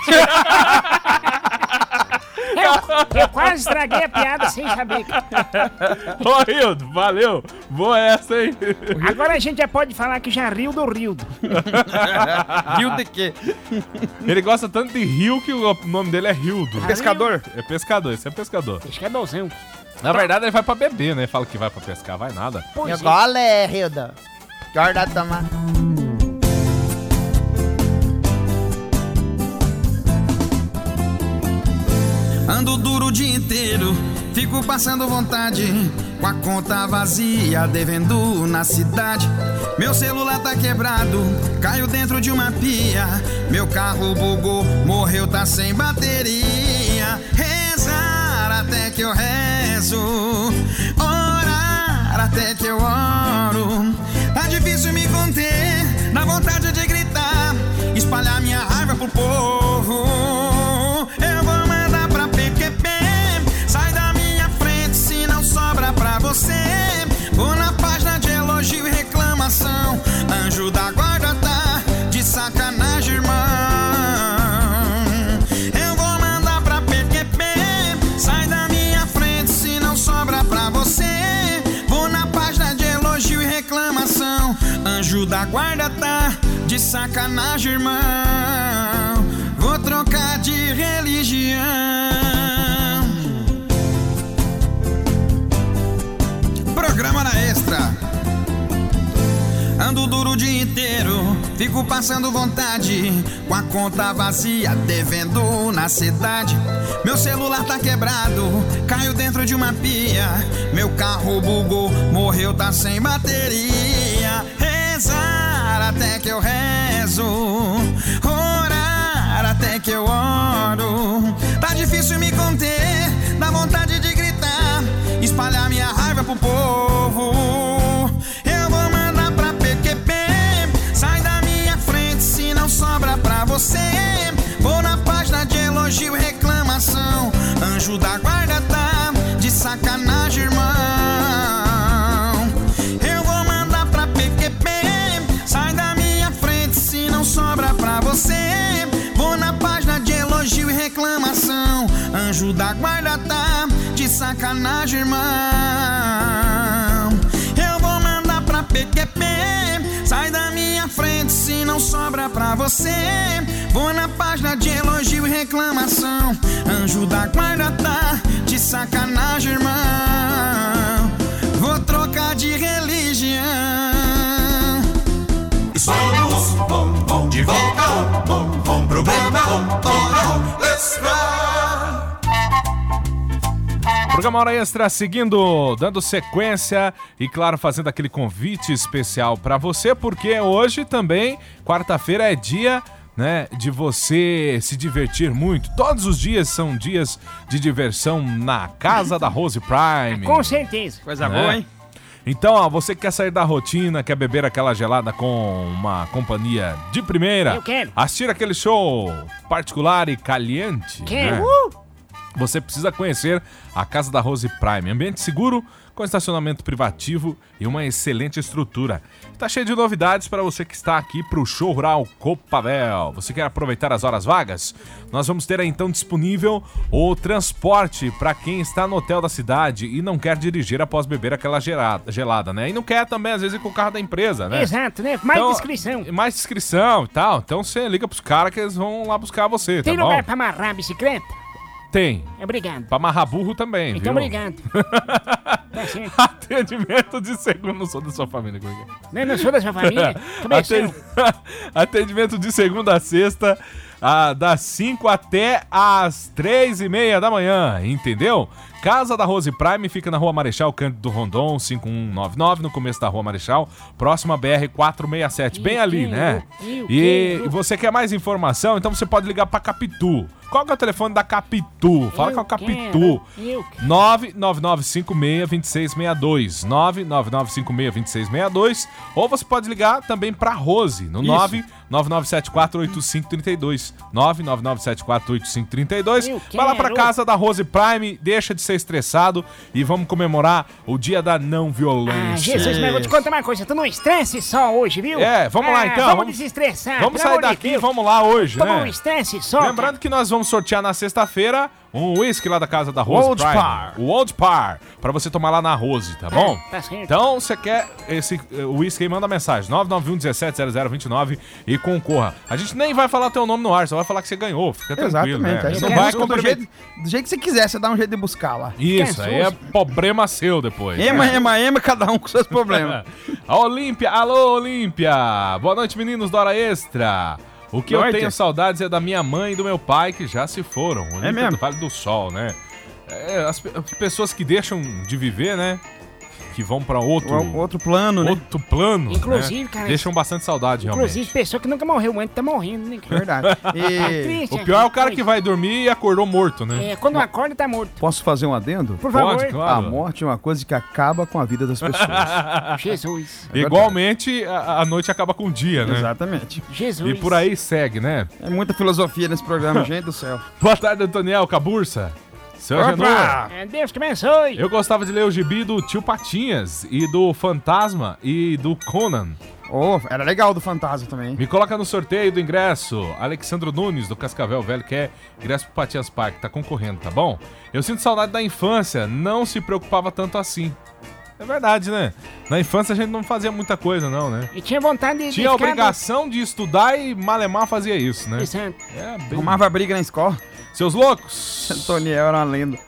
Speaker 2: Eu, eu quase estraguei a piada sem saber.
Speaker 1: Ô, Hildo, valeu. Boa essa, hein?
Speaker 2: Agora a gente já pode falar que já riu do Rildo.
Speaker 9: Viu de quê?
Speaker 1: Ele gosta tanto de rio que o nome dele é Hildo.
Speaker 9: Pescador?
Speaker 1: É pescador, esse é pescador.
Speaker 2: Acho que é dozão.
Speaker 1: Na verdade, ele vai pra beber, né? Fala que vai pra pescar, vai nada.
Speaker 9: Meu gole é, Hilda. Jorda tomar.
Speaker 5: Ando duro o dia inteiro, fico passando vontade. Com a conta vazia, devendo na cidade. Meu celular tá quebrado, caiu dentro de uma pia. Meu carro bugou, morreu, tá sem bateria. Rezar até que eu rezo, orar até que eu oro. Tá difícil me conter, na vontade de gritar, espalhar minha raiva pro povo. Eu vou mandar pra PQP, sai da minha frente se não sobra pra você. Vou na página de elogio e reclamação, anjo da guarda tá de sacanagem, irmão. Eu vou mandar pra PQP, sai da minha frente se não sobra pra você. Vou na página de elogio e reclamação, anjo da guarda tá de sacanagem, irmão. Vou trocar de religião. Programa na Extra. Ando duro o dia inteiro, fico passando vontade. Com a conta vazia, devendo na cidade. Meu celular tá quebrado, caiu dentro de uma pia. Meu carro bugou, morreu, tá sem bateria. Rezar até que eu rezo, orar até que eu oro. Tá difícil me conter, dá vontade de gritar, espalhar minha raiva pro povo. Eu vou mandar pra PQP, sai da minha frente se não sobra pra você. Vou na página de elogio e reclamação, anjo da guarda tá de sacanagem, irmão. Eu vou mandar pra PQP, sai da minha frente se não sobra pra você. Vou na página de elogio e reclamação, anjo da guarda tá de sacanagem, irmão. Eu vou mandar pra PQP, sai da minha frente se não sobra pra você. Vou na página de elogio e reclamação, anjo da guarda tá de sacanagem, irmão. Vou trocar de religião.
Speaker 11: Somos bom, bom de volta, oh, bom, bom programa, oh, oh, oh, extra.
Speaker 1: Programa Hora Extra seguindo, dando sequência e, claro, fazendo aquele convite especial pra você, porque hoje também, quarta-feira, é dia. Né, de você se divertir muito. Todos os dias são dias de diversão na casa da Rose Prime.
Speaker 2: Com certeza.
Speaker 9: Coisa
Speaker 1: né? Então, ó, você que quer sair da rotina, quer beber aquela gelada com uma companhia de primeira,
Speaker 2: Eu quero.
Speaker 1: assistir aquele show particular e caliente,
Speaker 2: Quero.
Speaker 1: né? você precisa conhecer a Casa da Rose Prime. Ambiente seguro, com estacionamento privativo e uma excelente estrutura. Tá cheio de novidades para você que está aqui para o show rural Copavel. Você quer aproveitar as horas vagas? Nós vamos ter aí, então disponível o transporte para quem está no hotel da cidade e não quer dirigir após beber aquela gerada- gelada, né? E não quer também, às vezes, ir com o carro da empresa, né?
Speaker 2: Exato, né? Mais
Speaker 1: Então,
Speaker 2: descrição.
Speaker 1: Mais inscrição e tal. Então você liga pros caras que eles vão lá buscar você,
Speaker 2: Tem
Speaker 1: tá bom?
Speaker 2: lugar pra amarrar a bicicleta?
Speaker 1: Tem.
Speaker 2: Obrigado.
Speaker 1: Pra amarrar burro também,
Speaker 2: Então,
Speaker 1: viu?
Speaker 2: obrigado. Tá certo.
Speaker 1: *laughs* Atendimento de segunda. Não sou da sua família, como é que
Speaker 2: Não, Né? não sou da
Speaker 1: *laughs*
Speaker 2: sua família?
Speaker 1: é?
Speaker 2: Começou.
Speaker 1: Atend- *laughs* Atendimento de segunda a sexta, ah, das 5 até as 3 e meia da manhã, entendeu? Casa da Rose Prime fica na Rua Marechal Cândido Rondon, 5199, no começo da Rua Marechal, próxima à BR 467, bem ali, né?
Speaker 2: eu
Speaker 1: E
Speaker 2: quero.
Speaker 1: você quer mais informação? Então você pode ligar pra Capitu. Qual que é o telefone da Capitu? Fala
Speaker 2: Eu
Speaker 1: com a Capitu.
Speaker 2: quero, eu quero.
Speaker 1: 999562662. 999562662. Ou você pode ligar também pra Rose no 999748532. 999748532.
Speaker 2: Eu
Speaker 1: Vai lá pra
Speaker 2: quero.
Speaker 1: casa da Rose Prime, deixa de ser estressado e vamos comemorar o dia da não
Speaker 2: Ah,
Speaker 1: violência.
Speaker 2: Jesus, mas eu vou te contar uma coisa. Tu não estresse só hoje, viu?
Speaker 1: É, vamos lá,
Speaker 2: Ah,
Speaker 1: então,
Speaker 2: Vamos
Speaker 1: vamos-
Speaker 2: desestressar.
Speaker 1: Vamos
Speaker 2: pelo
Speaker 1: sair
Speaker 2: amor de
Speaker 1: daqui e
Speaker 2: Deus.
Speaker 1: vamos lá hoje,
Speaker 2: Toma um
Speaker 1: né?
Speaker 2: estresse só.
Speaker 1: Lembrando que nós vamos sortear na sexta-feira um whisky lá da casa da Rose.
Speaker 3: Old
Speaker 1: Prime.
Speaker 3: Par.
Speaker 1: O Old Par. Pra você tomar lá na Rose, tá bom?
Speaker 9: É,
Speaker 2: Tá certo.
Speaker 1: Então, você quer esse eh, whisky aí, manda mensagem. 991-170029 e concorra. A gente nem vai falar teu nome no ar, só vai falar que você ganhou. Fica tranquilo, né?
Speaker 9: Exatamente. Aí
Speaker 1: Não
Speaker 9: você
Speaker 1: vai
Speaker 9: busca do,
Speaker 1: comprometer.
Speaker 9: jeito, do jeito que você quiser, você dá um jeito de buscar lá.
Speaker 1: Isso, aí é
Speaker 9: susto.
Speaker 1: problema seu depois.
Speaker 9: Ema, ema, ema, cada um com
Speaker 1: *laughs*
Speaker 9: seus problemas.
Speaker 1: A Olímpia, alô Olímpia! Boa noite, meninos da Hora Extra! O que eu
Speaker 9: Noite. É
Speaker 1: tenho saudades é da minha mãe e do meu pai, que já se foram. Olímpia
Speaker 9: mesmo?
Speaker 1: do Vale do Sol, né? É, as, pe- as pessoas que deixam de viver, né? Que vão pra outro,
Speaker 9: O- Outro plano, né?
Speaker 1: outro plano.
Speaker 2: Inclusive,
Speaker 1: né?
Speaker 2: cara,
Speaker 1: Deixam bastante saudade,
Speaker 2: Inclusive,
Speaker 1: realmente.
Speaker 2: pessoa que nunca morreu antes tá morrendo, né? cara?
Speaker 9: Verdade.
Speaker 3: *laughs*
Speaker 9: E...
Speaker 2: Triste,
Speaker 1: O pior *laughs* é o cara
Speaker 2: coisa.
Speaker 1: que vai dormir e acordou morto, né?
Speaker 2: É, quando acorda, tá morto.
Speaker 3: Posso fazer um adendo?
Speaker 2: Por favor.
Speaker 1: Pode,
Speaker 3: A
Speaker 9: Tá
Speaker 1: claro.
Speaker 3: morte é uma coisa que acaba com a vida das *laughs* pessoas.
Speaker 2: Jesus.
Speaker 3: verdade.
Speaker 1: Igualmente, a, a noite acaba com o dia, né?
Speaker 9: Exatamente.
Speaker 2: Jesus.
Speaker 1: E por aí segue, né?
Speaker 9: É muita filosofia
Speaker 3: *laughs*
Speaker 9: nesse programa, gente do céu.
Speaker 1: Boa tarde, Antoniel Caburça. Seu
Speaker 9: Opa!
Speaker 1: Agenor.
Speaker 2: É, Deus que abençoe.
Speaker 1: Eu gostava de ler o gibi do Tio Patinhas e do Fantasma e do Conan.
Speaker 9: Oh, era legal do Fantasma também. hein?
Speaker 1: Me coloca no sorteio do ingresso. Alexandro Nunes, do Cascavel Velho, quer ingresso pro Patinhas Park. Tá concorrendo, tá bom? Eu sinto saudade da infância. Não se preocupava tanto assim. É verdade, né? Na infância a gente não fazia muita coisa, não, né?
Speaker 2: E tinha vontade de.
Speaker 1: Tinha a
Speaker 2: de ficar
Speaker 1: obrigação de estudar e Malemar fazia isso, né?
Speaker 2: do- de santo.
Speaker 1: É, bem...
Speaker 9: Arrumava briga na escola.
Speaker 1: Seus loucos!
Speaker 9: Antoniel era uma lenda.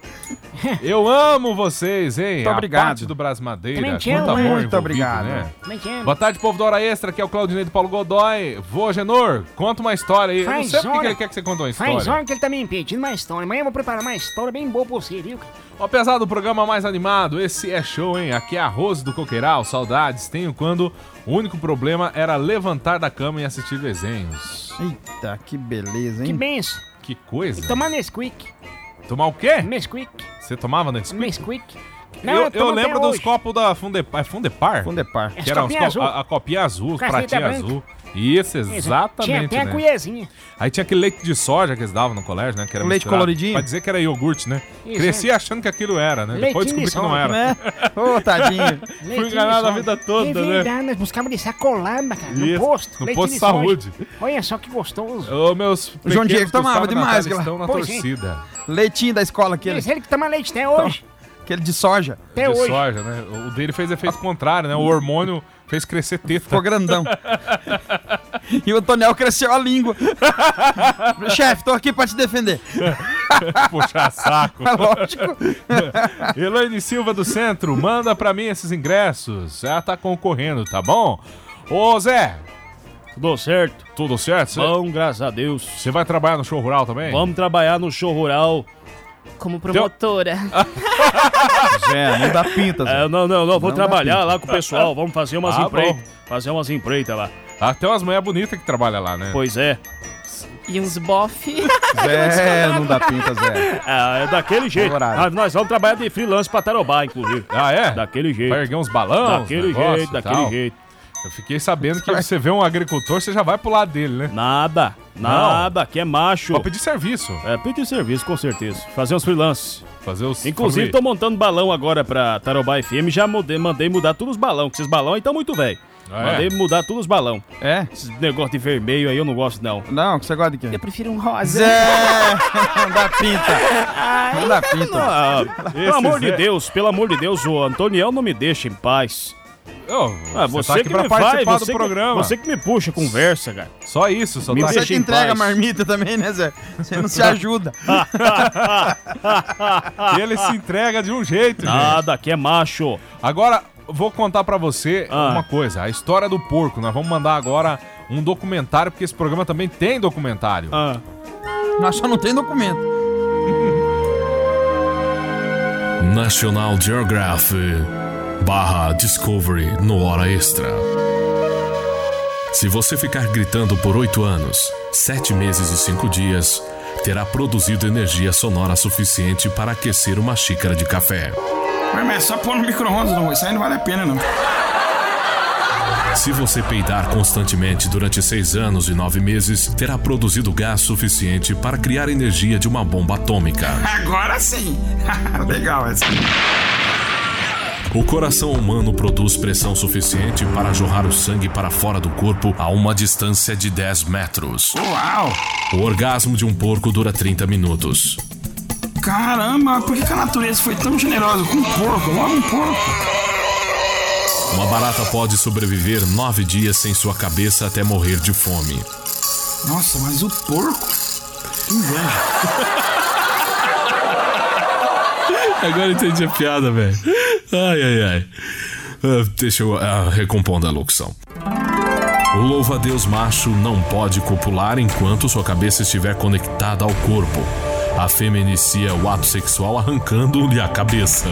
Speaker 1: Eu amo vocês, hein?
Speaker 9: Muito obrigado.
Speaker 1: A parte do Brás Madeira.
Speaker 2: Também te
Speaker 1: Quanto
Speaker 2: amo,
Speaker 1: amor
Speaker 2: hein? Muito
Speaker 1: envolvido,
Speaker 9: obrigado.
Speaker 1: né?
Speaker 2: Como é que é?
Speaker 1: Boa tarde, povo da Hora Extra, que é o Claudinei do Paulo Godoy. Vô, Genor, conta uma história aí. Eu não
Speaker 2: Faz
Speaker 1: sei porque
Speaker 2: hora-
Speaker 1: que ele quer que você conte uma
Speaker 2: Faz
Speaker 1: história.
Speaker 2: hora que ele tá me impedindo uma história. Amanhã eu vou preparar uma história bem boa pra você, viu? cara?
Speaker 1: Apesar do programa mais animado, esse é show, hein? Aqui é Arroz do Coqueiral, saudades. Tenho quando o único problema era levantar da cama e assistir desenhos.
Speaker 9: Eita, que beleza,
Speaker 2: Que
Speaker 1: Hum.
Speaker 9: hein?
Speaker 2: benção.
Speaker 1: Que coisa.
Speaker 2: E tomar Nesquik.
Speaker 1: Tomar o quê?
Speaker 2: Nesquik.
Speaker 1: Você tomava nesse...
Speaker 2: Nesquik.
Speaker 1: Eu, eu
Speaker 2: tomo até
Speaker 1: lembro dos
Speaker 2: hoje.
Speaker 1: copos da Fundepar. É Fundepar?
Speaker 9: Fundepar.
Speaker 3: *laughs*
Speaker 2: É
Speaker 1: Que era
Speaker 2: copinha
Speaker 1: uns co-
Speaker 2: azul.
Speaker 1: A, a copinha azul,
Speaker 2: Com a fita
Speaker 1: pratinha
Speaker 2: branca.
Speaker 1: azul. Isso,
Speaker 2: Tinha
Speaker 1: exatamente.
Speaker 2: até
Speaker 1: né?
Speaker 2: a colherzinha.
Speaker 1: Aí tinha aquele leite de soja que eles davam no colégio, né? Que era
Speaker 9: O leite
Speaker 1: misturado.
Speaker 9: coloridinho?
Speaker 1: Pra dizer que era iogurte, né?
Speaker 2: Isso,
Speaker 1: Cresci achando que aquilo era, né? Depois
Speaker 2: Leitinho de
Speaker 1: descobri que não
Speaker 2: soja,
Speaker 1: era.
Speaker 9: Né? Ô, tadinho.
Speaker 1: Fui enganado a vida toda,
Speaker 2: é
Speaker 1: né?
Speaker 2: verdade, nós buscávamos de sacolada, cara. No
Speaker 1: Isso,
Speaker 2: posto.
Speaker 1: no
Speaker 2: leite
Speaker 1: posto de
Speaker 2: soja.
Speaker 1: saúde.
Speaker 2: Olha só que gostoso.
Speaker 1: Ô, meus
Speaker 9: O João
Speaker 1: pequenos
Speaker 9: Diego tomava
Speaker 1: Gustavo e Natália
Speaker 9: demais aquela-
Speaker 1: estão na
Speaker 2: Pois é.
Speaker 1: torcida.
Speaker 9: Leitinho da escola, aquele,
Speaker 2: Eles ele que toma leite até hoje.
Speaker 9: aquele de soja.
Speaker 2: Até
Speaker 1: Tá. de
Speaker 2: hoje.
Speaker 1: soja, né? O dele fez efeito contrário, né? O hormônio fez crescer
Speaker 9: Ficou
Speaker 1: teta.
Speaker 9: grandão. e o Antoniel cresceu a língua. Chefe, tô aqui pra te defender.
Speaker 1: Puxar saco.
Speaker 9: *laughs* É lógico.
Speaker 1: *laughs* Elaine Silva do Centro, manda pra mim esses ingressos. Ela tá concorrendo, tá bom? Ô, Zé,
Speaker 4: Tudo certo.
Speaker 1: tudo certo? Você-
Speaker 4: Bom, graças a Deus.
Speaker 1: Você vai trabalhar no show rural também?
Speaker 4: Vamos trabalhar no show rural.
Speaker 12: Como promotora.
Speaker 3: Zé, não dá pinta, Zé.
Speaker 4: É, não, não, não. Vou
Speaker 3: Não dá
Speaker 4: trabalhar lá com o pessoal. Vamos fazer umas
Speaker 1: Ah,
Speaker 4: empreitas. Fazer umas empreitas lá.
Speaker 1: Até Ah, umas mulheres bonitas que trabalham lá, né?
Speaker 4: Pois é.
Speaker 12: E uns bofe.
Speaker 3: Zé, não dá
Speaker 12: *laughs*
Speaker 3: pinta, Zé.
Speaker 4: Ah, é daquele jeito.
Speaker 3: Horário.
Speaker 4: Nós, nós vamos trabalhar de freelance pra Tarobá, inclusive.
Speaker 1: Ah, é?
Speaker 4: Daquele
Speaker 1: Vai
Speaker 4: jeito.
Speaker 1: erguer uns balões?
Speaker 4: Daquele jeito, daquele jeito.
Speaker 1: Eu fiquei sabendo que você vê um agricultor, você já vai pro lado dele, né?
Speaker 4: Nada, nada, que é macho.
Speaker 1: Pra pedir serviço.
Speaker 4: É, pedir serviço, com certeza. Fazer uns freelance.
Speaker 1: Fazer os.
Speaker 4: Inclusive,
Speaker 1: fazer-
Speaker 4: tô montando balão agora pra Tarobá FM. Já mudei, mandei mudar todos os balão, que esses balão aí tão muito velho.
Speaker 1: Ah, é?
Speaker 4: mandei mudar todos os balão.
Speaker 9: É?
Speaker 4: Esse negócio de vermelho aí eu não gosto, não.
Speaker 9: Não, você gosta de quê?
Speaker 12: Eu prefiro um rosa.
Speaker 9: Zé! *laughs* Não dá pinta. Não dá pinta.
Speaker 4: Ah,
Speaker 1: Esse é
Speaker 4: pelo amor
Speaker 1: Zé-
Speaker 4: de Deus, pelo amor de Deus, o Antoniel não me deixa em paz.
Speaker 1: Ô,
Speaker 4: Ah,
Speaker 1: você,
Speaker 4: você,
Speaker 1: tá aqui
Speaker 4: que
Speaker 1: pra
Speaker 4: me vai,
Speaker 1: participar
Speaker 4: você
Speaker 1: do
Speaker 4: que-
Speaker 1: programa.
Speaker 4: você que me puxa a conversa, cara.
Speaker 1: Só isso, só
Speaker 4: Me
Speaker 1: tá.
Speaker 9: Você
Speaker 4: deixa
Speaker 9: que
Speaker 4: em
Speaker 9: entrega a
Speaker 4: paz.
Speaker 9: marmita também, né, Zé? Você não se ajuda.
Speaker 1: Ele se entrega de um jeito, gente.
Speaker 4: Nada, que é macho.
Speaker 1: Agora, vou contar pra você
Speaker 4: Ah.
Speaker 1: uma coisa: a história do porco. Nós vamos mandar agora um documentário, porque esse programa também tem documentário.
Speaker 4: Ah.
Speaker 9: Nós só não tem documento.
Speaker 11: National Geographic barra Discovery no Hora Extra. Se você ficar gritando por oito anos, sete meses e cinco dias, terá produzido energia sonora é suficiente para aquecer uma xícara de café.
Speaker 13: Mas é só pôr no micro-ondas, não. Isso aí não vale a pena, não.
Speaker 11: Se você peidar constantemente durante seis anos e nove meses, terá produzido gás suficiente para criar energia de uma bomba atômica.
Speaker 13: Agora sim. *laughs* Legal essa.
Speaker 11: O coração humano produz pressão suficiente para jorrar o sangue para fora do corpo a uma distância de 10 metros.
Speaker 13: Uau.
Speaker 11: O orgasmo de um porco dura 30 minutos.
Speaker 5: Caramba, por que, que a natureza foi tão generosa com um porco? Logo um porco.
Speaker 1: Uma barata pode sobreviver nove dias sem sua cabeça até morrer de fome.
Speaker 5: Nossa, mas o porco? Que inveja.
Speaker 1: Agora entendi a piada, velho. Ai, ai, ai. Ah, deixa eu ah, recompondo a locução. O louva-a-Deus macho não pode copular enquanto sua cabeça estiver conectada ao corpo. A fêmea inicia o ato sexual arrancando-lhe a cabeça.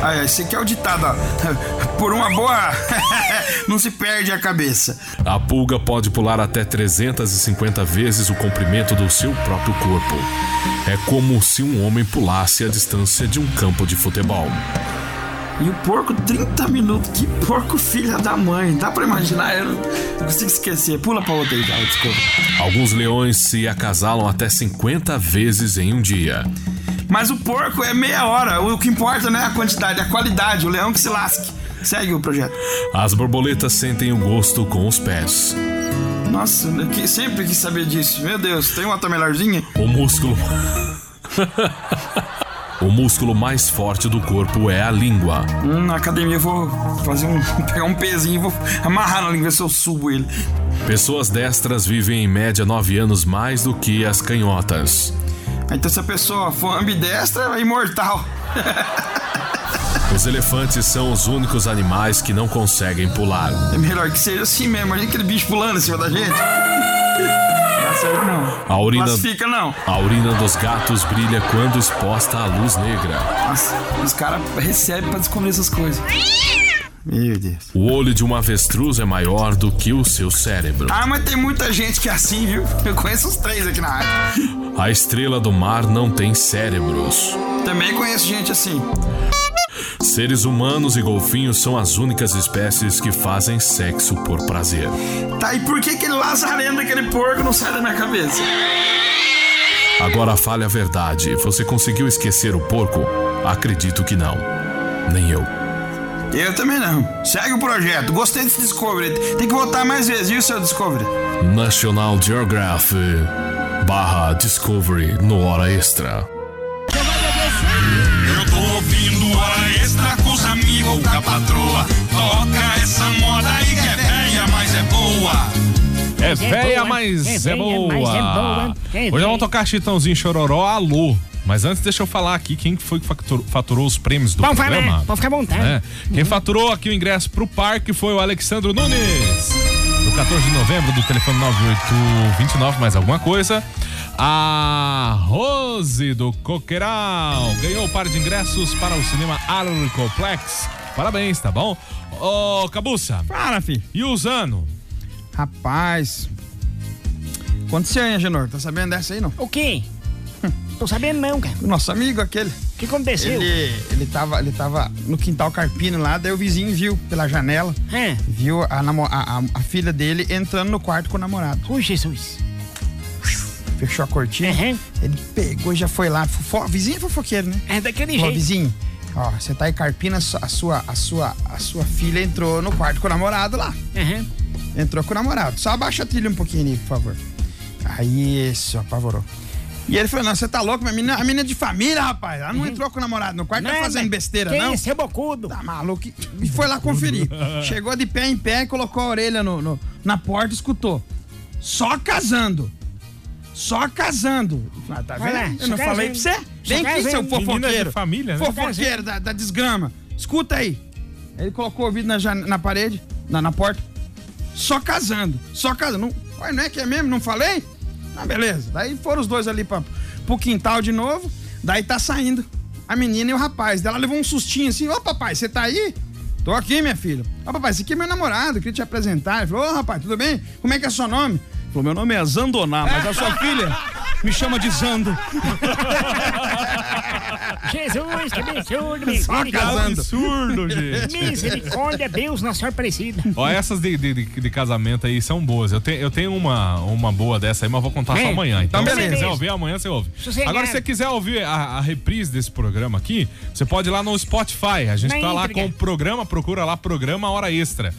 Speaker 5: Ai, ai, esse aqui é o ditado, ó. *laughs* Por uma boa, não se perde a cabeça.
Speaker 1: A pulga pode pular até 350 vezes o comprimento do seu próprio corpo. É como se um homem pulasse a distância de um campo de futebol.
Speaker 5: E o porco, 30 minutos. Que porco filha da mãe. Dá pra imaginar? Eu não não consigo esquecer. Pula pra outra aí, Galo, desculpa.
Speaker 1: Alguns leões se acasalam até 50 vezes em um dia.
Speaker 5: Mas o porco é meia hora. O que importa não é a quantidade, é a qualidade. O leão que se lasque. Segue o projeto.
Speaker 1: As borboletas sentem o gosto com os pés.
Speaker 5: Nossa, eu que- sempre quis saber disso. Meu Deus, tem um uma outra melhorzinha?
Speaker 1: O músculo. *laughs* o músculo mais forte do corpo é a língua.
Speaker 5: Hum, na academia eu vou fazer um. *laughs* pegar um pezinho e vou *laughs* amarrar na língua, ver se eu subo ele.
Speaker 1: Pessoas destras vivem em média 9 anos mais do que as canhotas.
Speaker 5: Ah, Então se a pessoa for ambidestra, é imortal.
Speaker 1: Os elefantes são os únicos animais que não conseguem pular.
Speaker 5: É melhor que seja assim mesmo. Imagina aquele bicho pulando em cima da gente. Dá certo não.
Speaker 1: A urina,
Speaker 5: Classifica não.
Speaker 1: a urina dos gatos brilha quando exposta à luz negra.
Speaker 5: Nossa, os caras recebem pra descobrir essas coisas. Meu Deus.
Speaker 1: O olho de um avestruz é maior do que o seu cérebro.
Speaker 5: Ah, mas tem muita gente que é assim, viu? Eu conheço os três aqui na área.
Speaker 1: A estrela do mar não tem cérebros.
Speaker 5: Também conheço gente assim.
Speaker 1: Seres humanos e golfinhos são as únicas espécies que fazem sexo por prazer.
Speaker 5: Tá, e por que aquele lazareno daquele porco não sai da minha cabeça?
Speaker 1: Agora fale a verdade. Você conseguiu esquecer o porco? Acredito que não. Nem eu.
Speaker 5: Eu também não. Segue o projeto. Gostei desse Discovery. Tem que voltar mais vezes, viu, seu Discovery?
Speaker 1: National Geographic barra Discovery no Hora Extra.
Speaker 14: Eu tô ouvindo hora extra com os amigos ou com a patroa. Toca essa moda aí que é velha, mas é boa.
Speaker 4: É véia, mas é boa. Hoje
Speaker 2: é
Speaker 4: nós vamos tocar Chitãozinho Chororó, alô. Mas antes, deixa eu falar aqui quem foi que facturou, faturou os prêmios do
Speaker 2: Pode falar,
Speaker 4: programa.
Speaker 2: pode ficar à vontade. Uhum.
Speaker 4: né? Quem faturou aqui o ingresso pro parque foi o Alexandro Nunes. Do 14 de novembro, do telefone 9829, mais alguma coisa. A Rose do Coqueiral ganhou o par de ingressos para o cinema Arcoplex. Parabéns, tá bom? Ô, Cabuça.
Speaker 9: Fala, fi.
Speaker 4: E o Zano?
Speaker 9: Rapaz. Aconteceu, hein, Genor? Tá sabendo dessa aí, não?
Speaker 2: O quê? Tô sabendo não, cara.
Speaker 9: O nosso amigo aquele. O
Speaker 2: que aconteceu?
Speaker 9: Ele, ele, tava, ele tava no quintal carpino lá, daí o vizinho viu pela janela. Viu a, namo- a, a- a filha dele entrando no quarto com o namorado.
Speaker 2: Ô, Jesus.
Speaker 9: Fechou a cortina. Ele pegou e já foi lá. Fofo, vizinho é fofoqueiro, né?
Speaker 2: É daquele
Speaker 9: Falou,
Speaker 2: jeito.
Speaker 9: vizinho, ó, você tá em carpina, a sua, a sua, a sua, a sua filha entrou no quarto com o namorado lá. Entrou com o namorado. Só abaixa a trilha um pouquinho ali, por favor. Aí, isso, apavorou. E ele falou: não, você tá louco, minha menina, a menina é de família, rapaz. Ela não entrou com o namorado no quarto, tá
Speaker 2: Nada.
Speaker 9: fazendo besteira,
Speaker 2: Que
Speaker 9: não.
Speaker 2: isso, é bocudo.
Speaker 9: Tá maluco. E foi lá conferir. Chegou de pé em pé, colocou a orelha no, no- na porta e escutou. Só casando. Só casando. Ah, tá
Speaker 2: Olha lá,
Speaker 9: vendo?
Speaker 2: só
Speaker 9: Eu não
Speaker 2: casando.
Speaker 9: falei pra você?
Speaker 2: Só
Speaker 9: Vem aqui,
Speaker 2: casando.
Speaker 9: seu
Speaker 4: Menina
Speaker 9: fofoqueiro.
Speaker 4: de família, né?
Speaker 9: Fofoqueiro da, da desgrama. Escuta aí. Ele colocou o ouvido na, jane- na parede, na, na porta. Só casando. Só casando. Não, ué, não é que é mesmo? Não falei? Ah, beleza. Daí foram os dois ali pra, pro quintal de novo. Daí tá saindo a menina e o rapaz. Daí ela levou um sustinho assim. Ô, papai, você tá aí? Tô aqui, minha filha. Ó, papai, esse aqui é meu namorado. Queria te apresentar. Ele falou, ô, rapaz, tudo bem? Como é que é seu nome? Ele falou, meu nome é Zandoná, mas a sua filha me chama de Zando.
Speaker 2: Jesus, que
Speaker 9: *laughs*
Speaker 2: absurdo, meu
Speaker 4: Só
Speaker 2: Deus.
Speaker 4: casando. Que absurdo, gente.
Speaker 2: Misericórdia, Deus, Nossa Senhora Aparecida.
Speaker 4: Ó, essas de, de, de- de casamento aí são boas. Eu, te, eu tenho uma, uma boa dessa aí, mas vou contar só
Speaker 2: Vem.
Speaker 4: amanhã. Então,
Speaker 2: Então,
Speaker 4: se
Speaker 2: beleza.
Speaker 4: quiser ouvir, amanhã você ouve.
Speaker 2: Sossegado.
Speaker 4: Agora, se você quiser ouvir a, a reprise desse programa aqui, você pode ir lá no Spotify. A gente
Speaker 2: Na
Speaker 4: tá lá
Speaker 2: íntegra.
Speaker 4: com o programa, procura lá programa Hora Extra.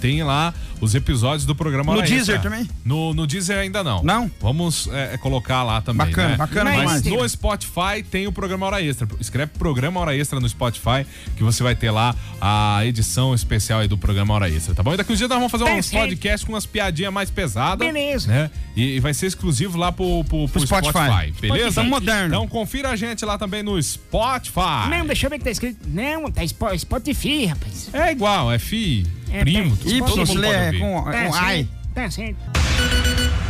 Speaker 1: Tem lá os episódios do programa
Speaker 9: No
Speaker 1: Hora Extra.
Speaker 9: Deezer também?
Speaker 1: No, no Deezer ainda não. Não? Vamos é, é, colocar lá também.
Speaker 9: Bacana,
Speaker 1: né?
Speaker 9: bacana
Speaker 1: Mas
Speaker 9: demais.
Speaker 1: no Spotify tem o programa Hora Extra. Escreve programa Hora Extra no Spotify que você vai ter lá a edição especial aí do programa Hora Extra, tá bom? E daqui uns dias nós vamos fazer um
Speaker 2: Perfeito.
Speaker 1: podcast com umas piadinhas mais pesadas.
Speaker 2: Beleza.
Speaker 1: Né? E, e vai ser exclusivo lá pro, pro, pro
Speaker 9: Pro Spotify.
Speaker 1: Spotify, Beleza?
Speaker 9: Spotify moderno.
Speaker 1: Então confira a gente lá também no Spotify.
Speaker 2: Não, deixa eu ver o que tá escrito. Não, tá Spo- Spotify, rapaz.
Speaker 1: É igual, é fi,
Speaker 2: É,
Speaker 1: primo.
Speaker 2: tá-
Speaker 1: todo mundo
Speaker 2: Spotify.
Speaker 1: pode
Speaker 9: é,
Speaker 1: ouvir.
Speaker 2: Tá certo, Tá certo.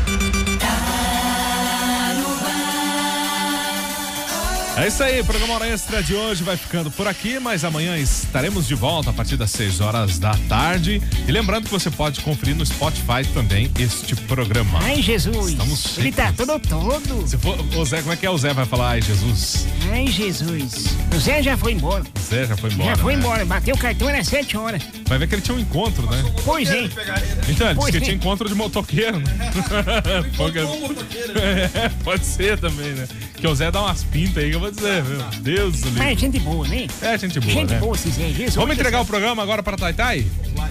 Speaker 1: É isso aí, o programa Hora Extra de hoje vai ficando por aqui, mas amanhã estaremos de volta a partir das 6 horas da tarde. E lembrando que você pode conferir no Spotify também este programa.
Speaker 2: Ai, Jesus.
Speaker 1: Estamos
Speaker 2: Ele tá todo todo.
Speaker 1: Se for, o Zé, como é que é o Zé? Vai falar, ai, Jesus.
Speaker 2: Ai, Jesus. O Zé já foi embora.
Speaker 1: O Zé já foi embora.
Speaker 2: já foi
Speaker 1: né?
Speaker 2: embora. Bateu o cartão, era sete horas.
Speaker 1: Vai ver que ele tinha um encontro, né?
Speaker 2: Pois é.
Speaker 1: Então, ele disse
Speaker 2: Pois
Speaker 1: que
Speaker 2: é.
Speaker 1: tinha encontro de motoqueiro, né? *laughs* Porque- *laughs* É, pode ser também, né? Que o Zé dá umas pintas aí que eu vou dizer, meu Deus do
Speaker 2: Mas
Speaker 1: livro.
Speaker 2: é gente boa, né?
Speaker 1: É, gente boa,
Speaker 2: Gente
Speaker 1: né?
Speaker 2: boa, esse Zé. Jesus.
Speaker 1: Vamos entregar o programa agora para Taitai?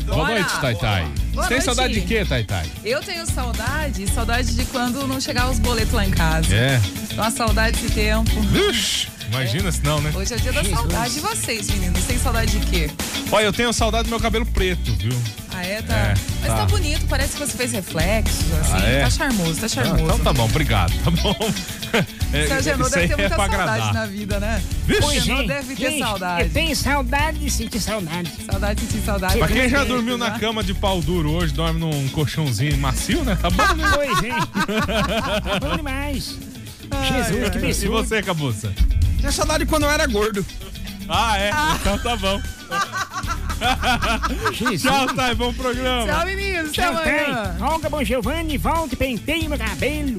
Speaker 1: Boa noite, Taitai. Você
Speaker 15: Boa
Speaker 1: tem
Speaker 15: noite.
Speaker 1: saudade de quê, Taitai?
Speaker 15: Eu tenho saudade, saudade de quando não chegar os boletos lá em casa.
Speaker 1: É.
Speaker 15: Tô uma saudade desse tempo.
Speaker 1: Vixe, imagina se não, né?
Speaker 15: Hoje é o dia da saudade. E vocês, meninos? Tem saudade de quê?
Speaker 1: Olha, eu tenho saudade do meu cabelo preto, viu?
Speaker 15: Ah, é? Tá.
Speaker 1: É,
Speaker 15: Mas tá.
Speaker 1: tá.
Speaker 15: bonito, parece que você fez reflexos, assim.
Speaker 1: Ah, é?
Speaker 15: Tá charmoso, tá
Speaker 1: Ah,
Speaker 15: charmoso.
Speaker 1: então tá bom, obrigado, tá bom? *laughs* É,
Speaker 15: Seu Genô
Speaker 1: isso
Speaker 15: deve
Speaker 1: aí
Speaker 15: ter
Speaker 1: é
Speaker 15: muita
Speaker 1: pra
Speaker 15: saudade
Speaker 1: agradar.
Speaker 15: na vida, né? o
Speaker 1: Vixe,
Speaker 15: Genô
Speaker 1: gente,
Speaker 15: deve ter
Speaker 1: gente,
Speaker 15: saudade.
Speaker 2: é. Eu tenho saudade de sentir saudade.
Speaker 15: Saudade de sentir saudade. né?
Speaker 1: Pra quem já dormiu
Speaker 7: Né?
Speaker 1: na cama de pau duro hoje, dorme num colchãozinho macio, né? Tá bom, né?
Speaker 2: Pois
Speaker 1: *laughs*
Speaker 2: é. Bom demais. Jesus, que
Speaker 1: E
Speaker 2: absurdo.
Speaker 1: você, cabuça?
Speaker 9: Tinha saudade quando eu era gordo.
Speaker 1: Ah, é? Então tá bom. Tchau, Thay. Bom programa.
Speaker 15: Tchau, meninos. Até
Speaker 2: Tchau,
Speaker 15: amanhã.
Speaker 2: Thay. Olga Bom Giovanni, volte, penteie meu cabelo.